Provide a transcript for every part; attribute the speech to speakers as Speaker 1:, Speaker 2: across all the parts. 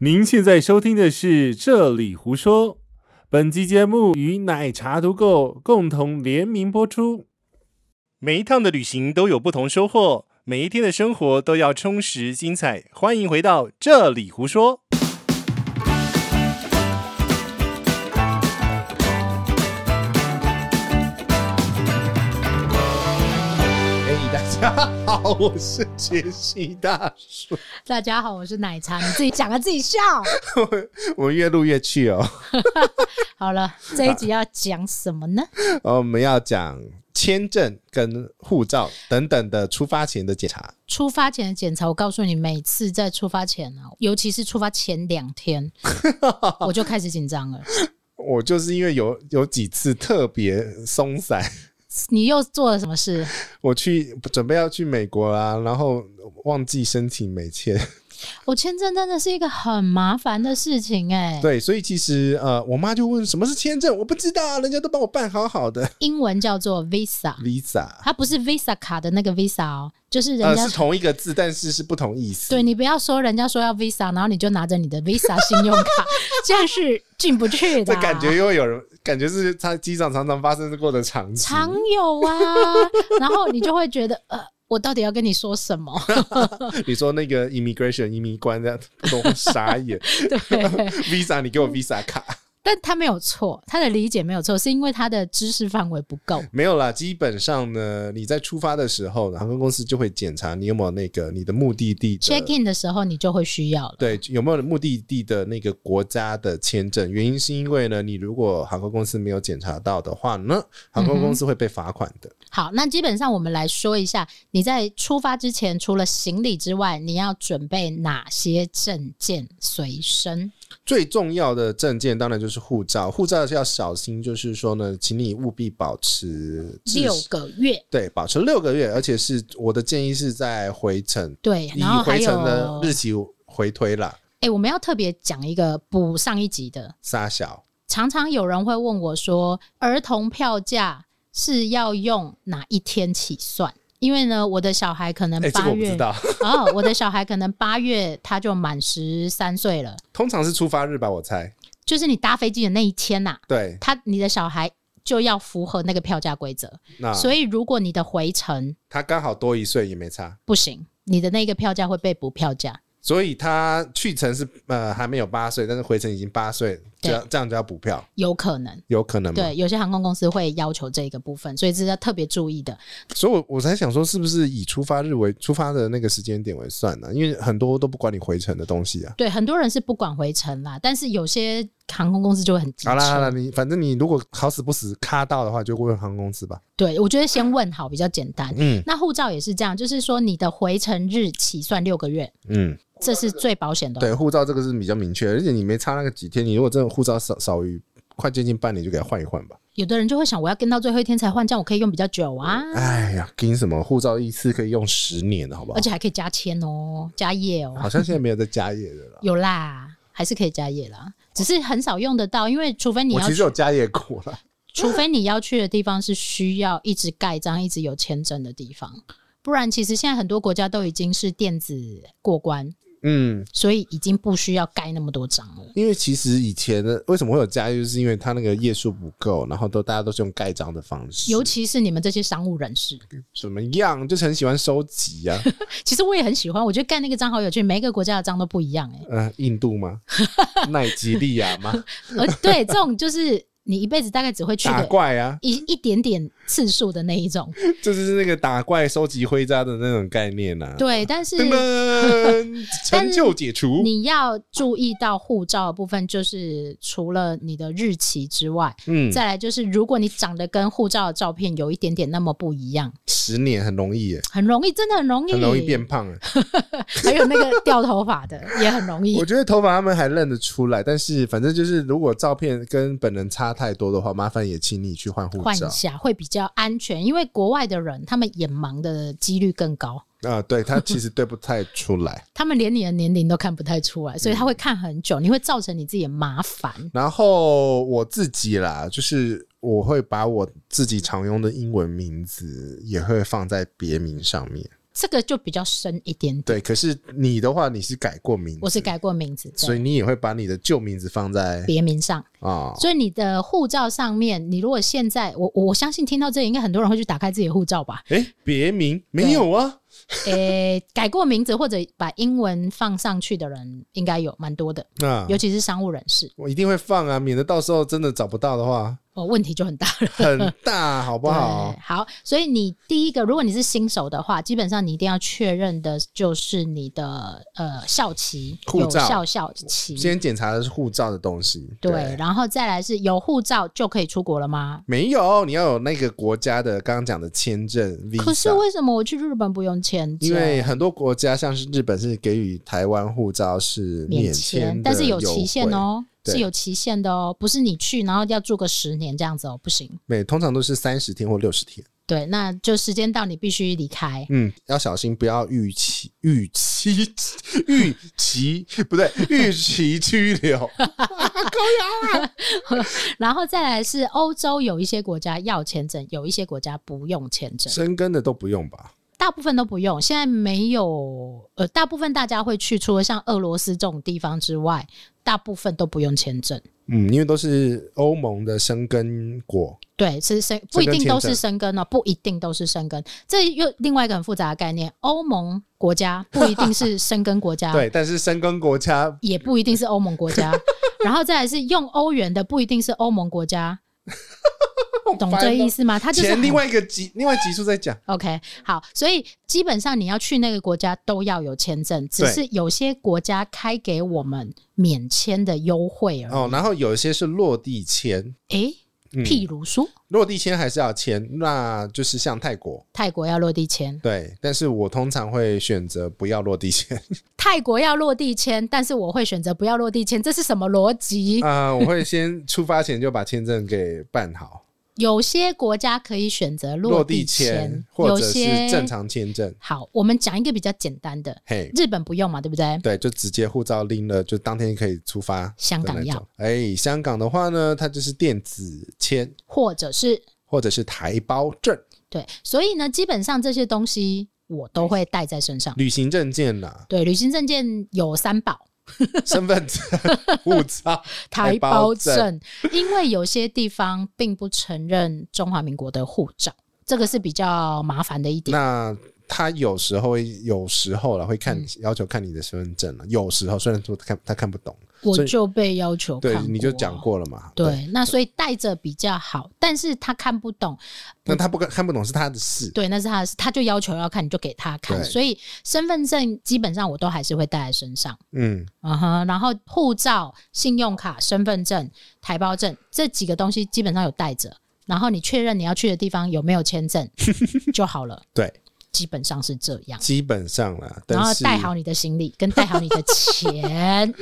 Speaker 1: 您现在收听的是《这里胡说》，本期节目与奶茶独购共同联名播出。每一趟的旅行都有不同收获，每一天的生活都要充实精彩。欢迎回到《这里胡说》。
Speaker 2: 嘿、大家好，我是杰西大叔。
Speaker 3: 大家好，我是奶茶，你自己讲了啊自己笑。
Speaker 2: 我越录越气哦。
Speaker 3: 好了，这一集要讲什么呢？
Speaker 2: 哦我们要讲签证跟护照等等的出发前的检查。
Speaker 3: 出发前的检查，我告诉你，每次在出发前啊，尤其是出发前两 天，我就开始紧张了。
Speaker 2: 我就是因为有有几次特别松散，
Speaker 3: 你又做了什么事？
Speaker 2: 我去准备要去美国啊，然后忘记申请美签。
Speaker 3: 我签证真的是一个很麻烦的事情哎、
Speaker 2: 对，所以其实呃，我妈就问什么是签证，我不知道啊，人家都帮我办好好的
Speaker 3: 英文叫做 Visa，
Speaker 2: Visa。
Speaker 3: 它不是 Visa 卡的那个 Visa 哦，就是人
Speaker 2: 呃，
Speaker 3: 家、
Speaker 2: 是同一个字，但是是不同意思。
Speaker 3: 对你不要说人家说要 Visa，然后你就拿着你的 Visa 信用卡， 这样是进不去的
Speaker 2: 这
Speaker 3: 啊、
Speaker 2: 感觉又有人，感觉是他机场常常发生过的场景。
Speaker 3: 常有啊， 然后你就会觉得，呃，我到底要跟你说什 么？
Speaker 2: 你说那个 immigration 移民官这样，都傻眼。
Speaker 3: 对，
Speaker 2: Visa，你给
Speaker 3: 嗯
Speaker 2: 我 Visa 卡
Speaker 3: 但他没有错，他的理解没有错，是因为他的知识范围不够。
Speaker 2: 没有啦？基本上呢，你在出发的时候，航空公司就会检查你有没有那个你的目的地的
Speaker 3: check in 的时候，你就会需要了。
Speaker 2: 对，有没有目的地的那个国家的签证？原因是因为呢，你如果航空公司没有检查到的话呢，航空
Speaker 3: 嗯
Speaker 2: 公司会被罚款的。
Speaker 3: 好，那基本上我们来说一下，你在出发之前，除了行李之外，你要准备哪些证件随身？
Speaker 2: 最重要的证件当然就是护照，护照是要小心，就是说呢，请你务必保持至
Speaker 3: 六个月。
Speaker 2: 对，保持六个月，而且是我的建议是在回程，
Speaker 3: 对，
Speaker 2: 以
Speaker 3: 然后还
Speaker 2: 回
Speaker 3: 有
Speaker 2: 程，的日期回推啦，
Speaker 3: 哎、我们要特别讲一个补上一集的，
Speaker 2: 沙小。
Speaker 3: 常常有人会问我说，儿童票价是要用哪一天起算？因为呢，我的小孩可能
Speaker 2: 哎、这个
Speaker 3: 八
Speaker 2: 我不
Speaker 3: 月、
Speaker 2: 知道，
Speaker 3: 哦，我的小孩可能八月他就满十三岁了，
Speaker 2: 通常是出发日吧，我猜。
Speaker 3: 就是你搭飞机的那一天呐、
Speaker 2: 对，
Speaker 3: 他你的小孩就要符合那个票价规则，
Speaker 2: 那
Speaker 3: 所以如果你的回程
Speaker 2: 他刚好多一岁也没差，
Speaker 3: 不行，你的那个票价会被补票价。
Speaker 2: 所以他去程是呃还没有八岁，但是回程已经八岁，这
Speaker 3: 对
Speaker 2: 样这样就要补票，
Speaker 3: 有可能，
Speaker 2: 有可能吗？
Speaker 3: 对，有些航空公司会要求这个部分，所以这是要特别注意的。
Speaker 2: 所以我我才想说，是不是以出发日为出发的那个时间点为算啊呢、因为很多都不管你回程的东西啊。
Speaker 3: 对，很多人是不管回程啦，但是有些航空公司就会很急
Speaker 2: 好啦好啦，
Speaker 3: 车。
Speaker 2: 你反正你如果好死不死卡到的话，就问航空公司吧。
Speaker 3: 对，我觉得先问好比较简单。
Speaker 2: 嗯
Speaker 3: 那护照也是这样，就是说你的回程日起算六个月，
Speaker 2: 嗯，
Speaker 3: 这是最保险的。哦
Speaker 2: 对，护照这个是比较明确，而且你没差那个几天，你如果真的护照少少于快接近半年，就给它换一换吧。
Speaker 3: 有的人就会想，我要跟到最后一天才换，这样我可以用比较久啊，
Speaker 2: 哎呀，凭什么护照一次可以用十年的好不好
Speaker 3: 而？且还可以加签哦，加页哦。
Speaker 2: 好，像现在没有在加页的了
Speaker 3: 有啦，还是可以加页啦，只是很少用得到，因为除非你
Speaker 2: 我
Speaker 3: 要
Speaker 2: 其
Speaker 3: 去
Speaker 2: 实有加页过了，
Speaker 3: 除非你要去的地方是需要一直盖章、一直有签证的地方，不然其实现在很多国家都已经是电子过关，
Speaker 2: 嗯，
Speaker 3: 所以已经不需要盖那么多章了。
Speaker 2: 因为其实以前的为什么会有加页，就是因为它那个页数不够，然后都大家都是用盖章的方式，
Speaker 3: 尤其是你们这些商务人士，
Speaker 2: 怎么样，就是很喜欢收集呀、啊。
Speaker 3: 其实我也很喜欢，我觉得盖那个章好有趣，每一个国家的章都不一样哎、
Speaker 2: 呃，印度吗？奈及利亚 吗？
Speaker 3: 而对这种就是你一辈子大概只会去
Speaker 2: 打
Speaker 3: 的
Speaker 2: 怪啊，
Speaker 3: 一一点点次数的那一种，
Speaker 2: 就是那个打怪收集徽章的那种概念啊。
Speaker 3: 对，但是。
Speaker 2: 噔 噔，成就解除。
Speaker 3: 你要注意到护照的部分，就是除了你的日期之外，
Speaker 2: 嗯，
Speaker 3: 再来就是，如果你长得跟护照的照片有一点点那么不一样，
Speaker 2: 十年很容易耶，
Speaker 3: 很容易，真的很容易，
Speaker 2: 很容易变。胖啊耶。
Speaker 3: 还有那个掉头发的也很容易
Speaker 2: 我，觉得头发他们还认得出来，但是反正就是，如果照片跟本人差太多的话，麻烦也请你去换护
Speaker 3: 换
Speaker 2: 照
Speaker 3: 一下会比较安全，因为国外的人他们眼盲的几率更高，
Speaker 2: 啊、对他其实对不太出来。
Speaker 3: 他们连你的年龄都看不太出来，所以他会看很久，你会造成你自己的麻烦。
Speaker 2: 然后我自己啦，就是我会把我自己常用的英文名字也会放在别名上面。
Speaker 3: 这个就比较深一点点。
Speaker 2: 对，可是你的话，你是改过名字，
Speaker 3: 我是，改过名字，
Speaker 2: 所以
Speaker 3: 以
Speaker 2: 你也会把你的旧名字放在
Speaker 3: 别名上。
Speaker 2: 啊、
Speaker 3: 所以你的护照上面，你如果现在我我相信听到这里，应该很多人会去打开自己的护照 吧？
Speaker 2: 哎，别名没有啊，
Speaker 3: 诶、改过名字或者把英文放上去的人，应该有蛮多的，
Speaker 2: 那
Speaker 3: 尤其是商务人士，
Speaker 2: 啊我一定会放啊，免得到时候真的找不到的话
Speaker 3: 哦，问题就很大了。
Speaker 2: 很大，好不好
Speaker 3: 对？好，所以你第一个，如果你是新手的话，基本上你一定要确认的就是你的呃校旗
Speaker 2: 护
Speaker 3: 有
Speaker 2: 照
Speaker 3: 效校旗，
Speaker 2: 先检查的是护照的东西，
Speaker 3: 对，然后再来是有护照就可以出国了吗？
Speaker 2: 没有，你要有那个国家的刚刚讲的签证 visa。
Speaker 3: 可是为什么我去日本不用签证？
Speaker 2: 因为很多国家像是日本是给予台湾护照是
Speaker 3: 免
Speaker 2: 签
Speaker 3: 签
Speaker 2: 的，
Speaker 3: 但是有
Speaker 2: 有
Speaker 3: 期限
Speaker 2: 惠。
Speaker 3: 哦，
Speaker 2: 对
Speaker 3: 是有期限的哦，不是你去然后要住个十年这样子哦，不行。
Speaker 2: 对，通常都是三十天或六十天。
Speaker 3: 对，那就时间到，你必须离开。
Speaker 2: 嗯，要小心，不要逾期、逾期、 逾期，不对， 逾期拘 留。
Speaker 3: 然后再来是欧洲有一些国家要签证，有一些国家不用签证，
Speaker 2: 生根的都不用吧？
Speaker 3: 大部分都不用。现在没有，呃，大部分大家会去，除了像俄罗斯这种地方之外，大部分都不用签证。
Speaker 2: 嗯，因为都是欧盟的生根国。
Speaker 3: 对，是生不
Speaker 2: 生根
Speaker 3: 一定都
Speaker 2: 签
Speaker 3: 是
Speaker 2: 证
Speaker 3: 生根哦，不一定都是生根。这又另外一个很复杂的概念，欧盟国家不一定是生根国 家，
Speaker 2: 对，但是生根国家
Speaker 3: 也不一定是欧盟 国家，然后再来是用欧元的不一定是欧盟国家，懂这意思吗？它就是
Speaker 2: 前
Speaker 3: 很
Speaker 2: 另外一个集，另外集数在讲。
Speaker 3: OK 好，所以基本上你要去那个国家都要有签证，只
Speaker 2: 对
Speaker 3: 是有些国家开给我们免签的优惠而已。
Speaker 2: 哦，然后有一些是落地签，
Speaker 3: 诶、
Speaker 2: 嗯
Speaker 3: 譬如说
Speaker 2: 落地签还是要签，那就是像泰国。
Speaker 3: 泰国要落地签，
Speaker 2: 对，但是我通常会选择不要落地签
Speaker 3: 泰国要落地签，但是我会选择不要落地签，这是什么逻 辑？
Speaker 2: 啊、我会先出发前就把签证给办好，
Speaker 3: 有些国家可以选择
Speaker 2: 落
Speaker 3: 地
Speaker 2: 签或
Speaker 3: 有
Speaker 2: 者
Speaker 3: 些
Speaker 2: 是正。常签证。
Speaker 3: 好，我们讲一个比较简单的，
Speaker 2: 嘿，
Speaker 3: 日本不用嘛，对不对？
Speaker 2: 对，就直接护照拎了，就当天可以出发。
Speaker 3: 香港要，
Speaker 2: 哎，香港的话呢，它就是电子签
Speaker 3: 或者是
Speaker 2: 或者是台胞证、
Speaker 3: 对，所以呢，基本上这些东西我都会带在身上。、
Speaker 2: 旅行证件啦
Speaker 3: 对，旅行证件有三宝：
Speaker 2: 身份证、护照。
Speaker 3: 台
Speaker 2: 台
Speaker 3: 胞
Speaker 2: 胞
Speaker 3: 证，因为有些地方并不承认中华民国的护照，这个是比较麻烦的一点。
Speaker 2: 那他有时候会有时候了会看、
Speaker 3: 嗯
Speaker 2: 要求看你的身份证了，有时候虽然说他看他看不懂，
Speaker 3: 我
Speaker 2: 所以
Speaker 3: 就被要求
Speaker 2: 对
Speaker 3: 看过，啊
Speaker 2: 你就讲。过了嘛。
Speaker 3: 对，那所以带着比较好，但是他看不懂，
Speaker 2: 那他不看看不懂是他的事。
Speaker 3: 对，那是他的事，他就要求要看，你就给他看。
Speaker 2: 对
Speaker 3: 所以身份证基本上我都还是会带在身上。
Speaker 2: 嗯，
Speaker 3: 嗯哼，然后护照、信用卡、身份证、台胞证这几个东西基本上有带着，然后你确认你要去的地方有没有签 证就好了，
Speaker 2: 对，
Speaker 3: 基本上是这样。
Speaker 2: 基本上啦。
Speaker 3: 然后
Speaker 2: 但是
Speaker 3: 带好你的行李，跟带好你的 钱。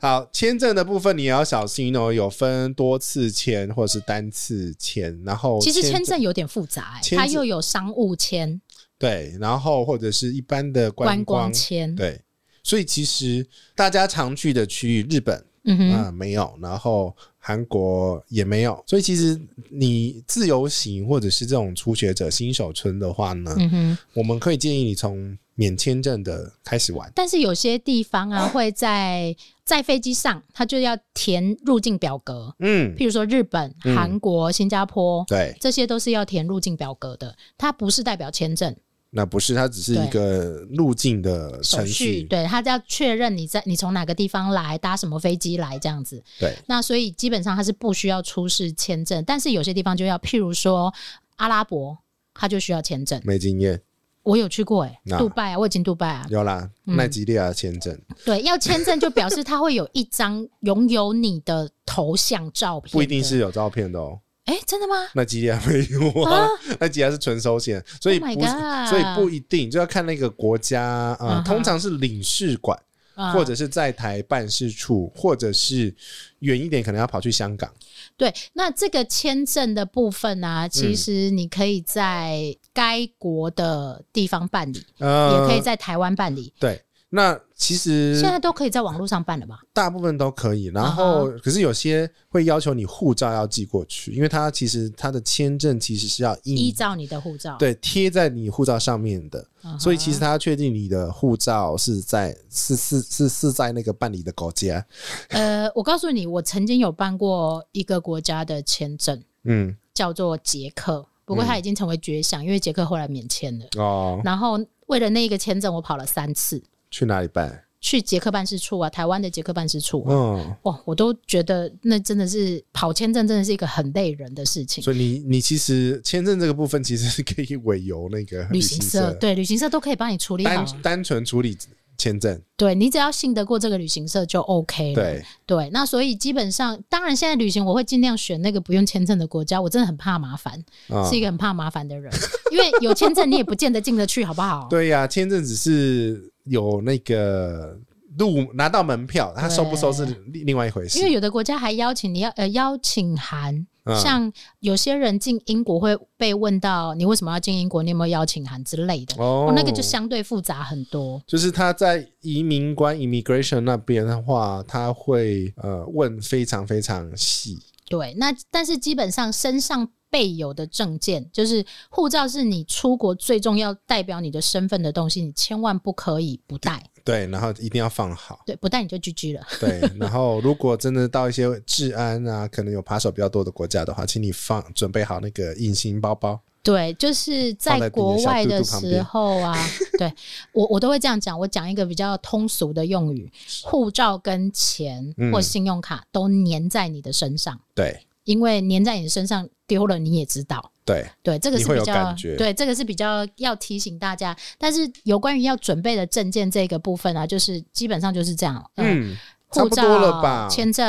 Speaker 2: 好签证的部分，你也要小心哦。有分多次签或者是单次签，然后
Speaker 3: 其实签证有点复杂、欸，
Speaker 2: 签
Speaker 3: 它
Speaker 2: 证
Speaker 3: 又有商务签、
Speaker 2: 对，然后或者是一般的
Speaker 3: 观
Speaker 2: 光
Speaker 3: 光签。
Speaker 2: 对。所以其实大家常去的区域，日本
Speaker 3: 嗯
Speaker 2: 啊、
Speaker 3: 哼，
Speaker 2: 没有，然后韩国也没有。所以其实你自由行或者是这种初学者新手村的话呢，
Speaker 3: 嗯哼。
Speaker 2: 我们可以建议你从免签证的开始玩。
Speaker 3: 但是有些地方啊，会在在飞机上，它就要填入境表格，
Speaker 2: 嗯，
Speaker 3: 譬如说日本、
Speaker 2: 嗯
Speaker 3: 韩国、新加坡，
Speaker 2: 对，
Speaker 3: 这些都是要填入境表格的，它不是代表签证
Speaker 2: 那不是，它只是一个入境的
Speaker 3: 手
Speaker 2: 程
Speaker 3: 续，
Speaker 2: 序。
Speaker 3: 对，它要确认你在你从哪个地方来，搭什么飞机来这样子。
Speaker 2: 对，
Speaker 3: 那所以基本上它是不需要出示签证，但是有些地方就要，譬如说阿拉伯，它就需要签证。
Speaker 2: 没经验，
Speaker 3: 我有去过、欸，
Speaker 2: 那
Speaker 3: 杜拜啊，我已经杜拜啊，
Speaker 2: 有啦，
Speaker 3: 嗯
Speaker 2: 奈及利亚签证
Speaker 3: 对，要签证就表示它会有一张拥有你的头像照片的，
Speaker 2: 不一定是有照片的哦，
Speaker 3: 哎、真的吗？
Speaker 2: 奈及利亚没有啊， 奈及利亚是纯收钱，所以
Speaker 3: Oh
Speaker 2: 不
Speaker 3: my
Speaker 2: 是
Speaker 3: god
Speaker 2: 所以不一定，就要看那个国家啊，呃
Speaker 3: 嗯哼
Speaker 2: 通常是领事馆
Speaker 3: 啊
Speaker 2: 或者是在台办事处，或者是远一点可能要跑去香港。
Speaker 3: 对，那这个签证的部分呢、
Speaker 2: 嗯
Speaker 3: 其实你可以在该国的地方办理，
Speaker 2: 呃，
Speaker 3: 也可以在台湾办理。
Speaker 2: 对。那其实
Speaker 3: 现在都可以在网络上办了吧？
Speaker 2: 大部分都可以，然
Speaker 3: 嗯
Speaker 2: 后可是有些会要求你护照要寄过去，因为它其实它的签证其实是要印
Speaker 3: 依照你的护照，
Speaker 2: 嗯对贴在你护照上面的，
Speaker 3: 嗯哼，
Speaker 2: 所以其实他要确定你的护照是在是是是是在那个办理的国家，
Speaker 3: 呃，我告诉你，我曾经有办过一个国家的签证，
Speaker 2: 嗯
Speaker 3: 叫做捷克，不过它已经成为绝响，因为捷克后来免签了。
Speaker 2: 哦，
Speaker 3: 然后为了那一个签证，我跑了三次，
Speaker 2: 去哪里办？
Speaker 3: 去捷克办事处啊，台湾的捷克办事处、啊。
Speaker 2: 嗯，
Speaker 3: 哇，我都觉得那真的是跑签证，真的是一个很累人的事情。
Speaker 2: 所以你你其实签证这个部分其实是可以委由那个
Speaker 3: 旅
Speaker 2: 行
Speaker 3: 行社对旅行社都可以帮你处理好，
Speaker 2: 单单纯处理签证，
Speaker 3: 对你只要信得过这个旅行社就 OK 了。
Speaker 2: 对，
Speaker 3: 对，那所以基本上，当然现在旅行我会尽量选那个不用签证的国家，我真的很怕麻烦，
Speaker 2: 啊
Speaker 3: 是一个很怕麻烦的人，因为有签证你也不见得进得去，好不好？
Speaker 2: 对呀、签证只是有那个入拿到门票，他收不收是另另外一回事
Speaker 3: 因为。有的国家还邀请你要呃邀请函，
Speaker 2: 嗯
Speaker 3: 像有些人进英国会被问到你为什么要进英国，你有没有邀请函之类的，
Speaker 2: 哦
Speaker 3: 哦，那个就相对复杂很多。
Speaker 2: 就是他在移民官 （immigration） 那边的话，他会呃问非常非常细。
Speaker 3: 对，那但是基本上身上备有的证件，就是护照是你出国最重要代表你的身份的东西，你千万不可以不带。。
Speaker 2: 对，然后一定要放好
Speaker 3: 对，不带你就 GG 了。
Speaker 2: 对，然后如果真的到一些治安啊，可能有扒手比较多的国家的话，请你放准备好那个隐形包包。
Speaker 3: 对，就是
Speaker 2: 放在
Speaker 3: 在
Speaker 2: 你的
Speaker 3: 国
Speaker 2: 小
Speaker 3: 外
Speaker 2: 肚
Speaker 3: 的
Speaker 2: 肚旁
Speaker 3: 时
Speaker 2: 边
Speaker 3: 候啊，对我我都会这样讲。我讲一个比较通俗的用语，护照跟钱
Speaker 2: 嗯
Speaker 3: 或信用卡都粘在你的身上，
Speaker 2: 对
Speaker 3: 因为粘在你身上丢了你也知道。
Speaker 2: 对，
Speaker 3: 对，这个
Speaker 2: 你
Speaker 3: 是
Speaker 2: 会
Speaker 3: 比
Speaker 2: 有
Speaker 3: 较
Speaker 2: 感觉
Speaker 3: 对，这个是比较要提醒大家。但是有关于要准备的证件这个部分啊，就是基本上就是这样。嗯，
Speaker 2: 嗯，差
Speaker 3: 护
Speaker 2: 不
Speaker 3: 照、
Speaker 2: 多了吧？
Speaker 3: 签证，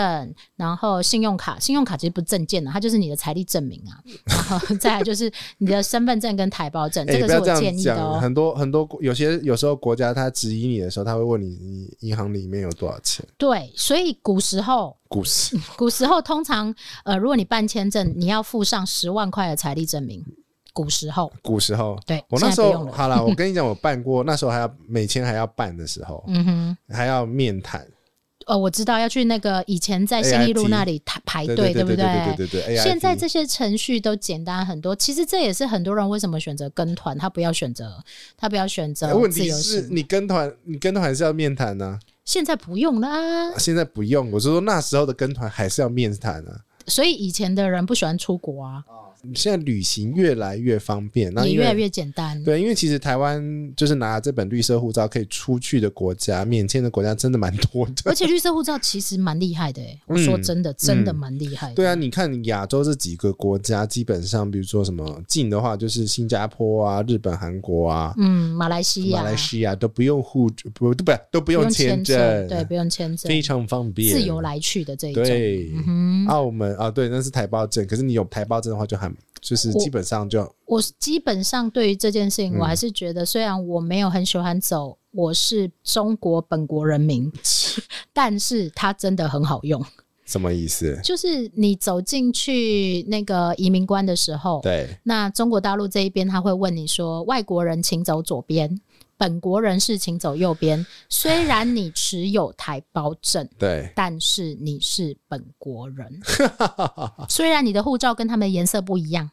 Speaker 3: 然后信用卡，信用卡其实不是证件啊，它就是你的财力证明啊。然后再来就是你的身份证跟台胞证，
Speaker 2: 哎、
Speaker 3: 这
Speaker 2: 你不
Speaker 3: 个是
Speaker 2: 要
Speaker 3: 我
Speaker 2: 这
Speaker 3: 建
Speaker 2: 样
Speaker 3: 议的
Speaker 2: 讲，
Speaker 3: 哦。
Speaker 2: 很多很多国有些有时候国家他质疑你的时候，他会问你你银行里面有多少钱。
Speaker 3: 对，所以古时候，
Speaker 2: 故事
Speaker 3: 古时候通常呃，如果你办签证，你要附上十万块的财力证明。古时候，
Speaker 2: 古时候，
Speaker 3: 对，
Speaker 2: 我
Speaker 3: 现
Speaker 2: 那
Speaker 3: 在
Speaker 2: 时
Speaker 3: 不用
Speaker 2: 候
Speaker 3: 了。
Speaker 2: 好了，我跟你 讲，我办过，那时候还要每天还要办的时候，
Speaker 3: 嗯哼。
Speaker 2: 还要面谈，
Speaker 3: 呃，我知道要去那个以前在信义路
Speaker 2: AIT
Speaker 3: 那里排排
Speaker 2: 对
Speaker 3: 队，
Speaker 2: 对
Speaker 3: 哎不
Speaker 2: 对对对对哎对。
Speaker 3: 现在
Speaker 2: AIT
Speaker 3: 这些程序都简单很多，其实这也是很多人为什么选择跟团，他不要选择他不要选择
Speaker 2: 哎问
Speaker 3: 自
Speaker 2: 题
Speaker 3: 由嗯
Speaker 2: 是
Speaker 3: 行，
Speaker 2: 你跟团，你跟团还是要面谈呢、
Speaker 3: 现在不用啦。
Speaker 2: 现在不用，我是说那时候的跟团还是要面谈啊。
Speaker 3: 所以以前的人不喜欢出国啊，
Speaker 2: 现在旅行越来越方便，那
Speaker 3: 也
Speaker 2: 因为
Speaker 3: 越来越简单。
Speaker 2: 对，因为其实台湾就是拿这本绿色护照可以出去的国家，免签的国家真的蛮多的。
Speaker 3: 而且绿色护照其实蛮厉害的、欸，我说真的，真的蛮厉害的。
Speaker 2: 嗯对啊，你看亚洲这几个国家，基本上比如说什么近的话，就是新加坡啊、日本、韩国啊、
Speaker 3: 嗯，马来西亚，
Speaker 2: 马来西亚都不用护不不都不
Speaker 3: 不
Speaker 2: 用签
Speaker 3: 签
Speaker 2: 证，
Speaker 3: 对，不用签证，
Speaker 2: 非常方便，
Speaker 3: 自由来去的这一种。
Speaker 2: 对。
Speaker 3: 嗯哼，
Speaker 2: 澳门啊，对，那是台胞证。可是你有台胞证的话，就很就是
Speaker 3: 我
Speaker 2: 基本上就
Speaker 3: 我基本上对于这件事情，
Speaker 2: 嗯
Speaker 3: 我还是觉得，虽然我没有很喜欢走，我是中国本国人民， 但是它真的很好用。
Speaker 2: 什么意思？
Speaker 3: 就是你走进去那个移民关的时候，
Speaker 2: 对，
Speaker 3: 那中国大陆这一边他会问你说，外国人请走左边。本国人士请走右边。虽然你持有台胞证，
Speaker 2: 对，
Speaker 3: 但是你是本 国人。虽然你的护照跟他们的颜色不一样，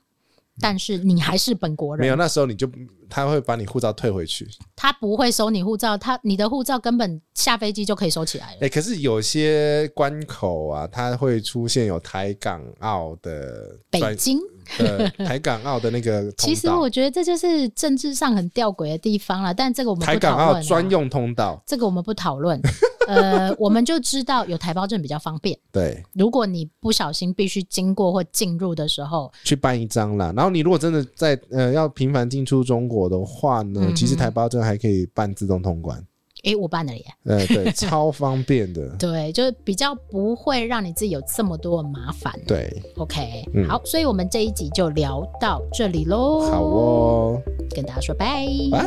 Speaker 3: 但是你还是本国人
Speaker 2: 没。有那时候你就他会把你护照退回去。
Speaker 3: 他不会收你护照，他你的护照根本下飞机就可以收起来
Speaker 2: 哎、
Speaker 3: 了。
Speaker 2: 可是有些关口啊，它会出现有台港澳的
Speaker 3: 北
Speaker 2: 专
Speaker 3: 京，
Speaker 2: 呃台港澳的那个通道，
Speaker 3: 其实我觉得这就是政治上很吊诡的地方了，但这个我们
Speaker 2: 台
Speaker 3: 不讨
Speaker 2: 港
Speaker 3: 论
Speaker 2: 澳
Speaker 3: 啊。
Speaker 2: 专用通道，
Speaker 3: 这个我们不讨论， 呃，我们就知道有台胞证比较方便。
Speaker 2: 对，
Speaker 3: 如果你不小心必须经过或进入的时候，
Speaker 2: 去办一张啦。然后你如果真的在呃要频繁进出中国的话呢，
Speaker 3: 嗯
Speaker 2: 其实
Speaker 3: 哼
Speaker 2: 台胞证还可以办自动通关，
Speaker 3: 诶、我办了耶。
Speaker 2: 呃，对， 超方便的，
Speaker 3: 对，就是比较不会让你自己有这么多的麻烦。
Speaker 2: 对。
Speaker 3: OK，、
Speaker 2: 嗯
Speaker 3: 好，所以我们这一集就聊到这里喽。
Speaker 2: 好，哦，
Speaker 3: 跟大家说拜。
Speaker 2: 拜。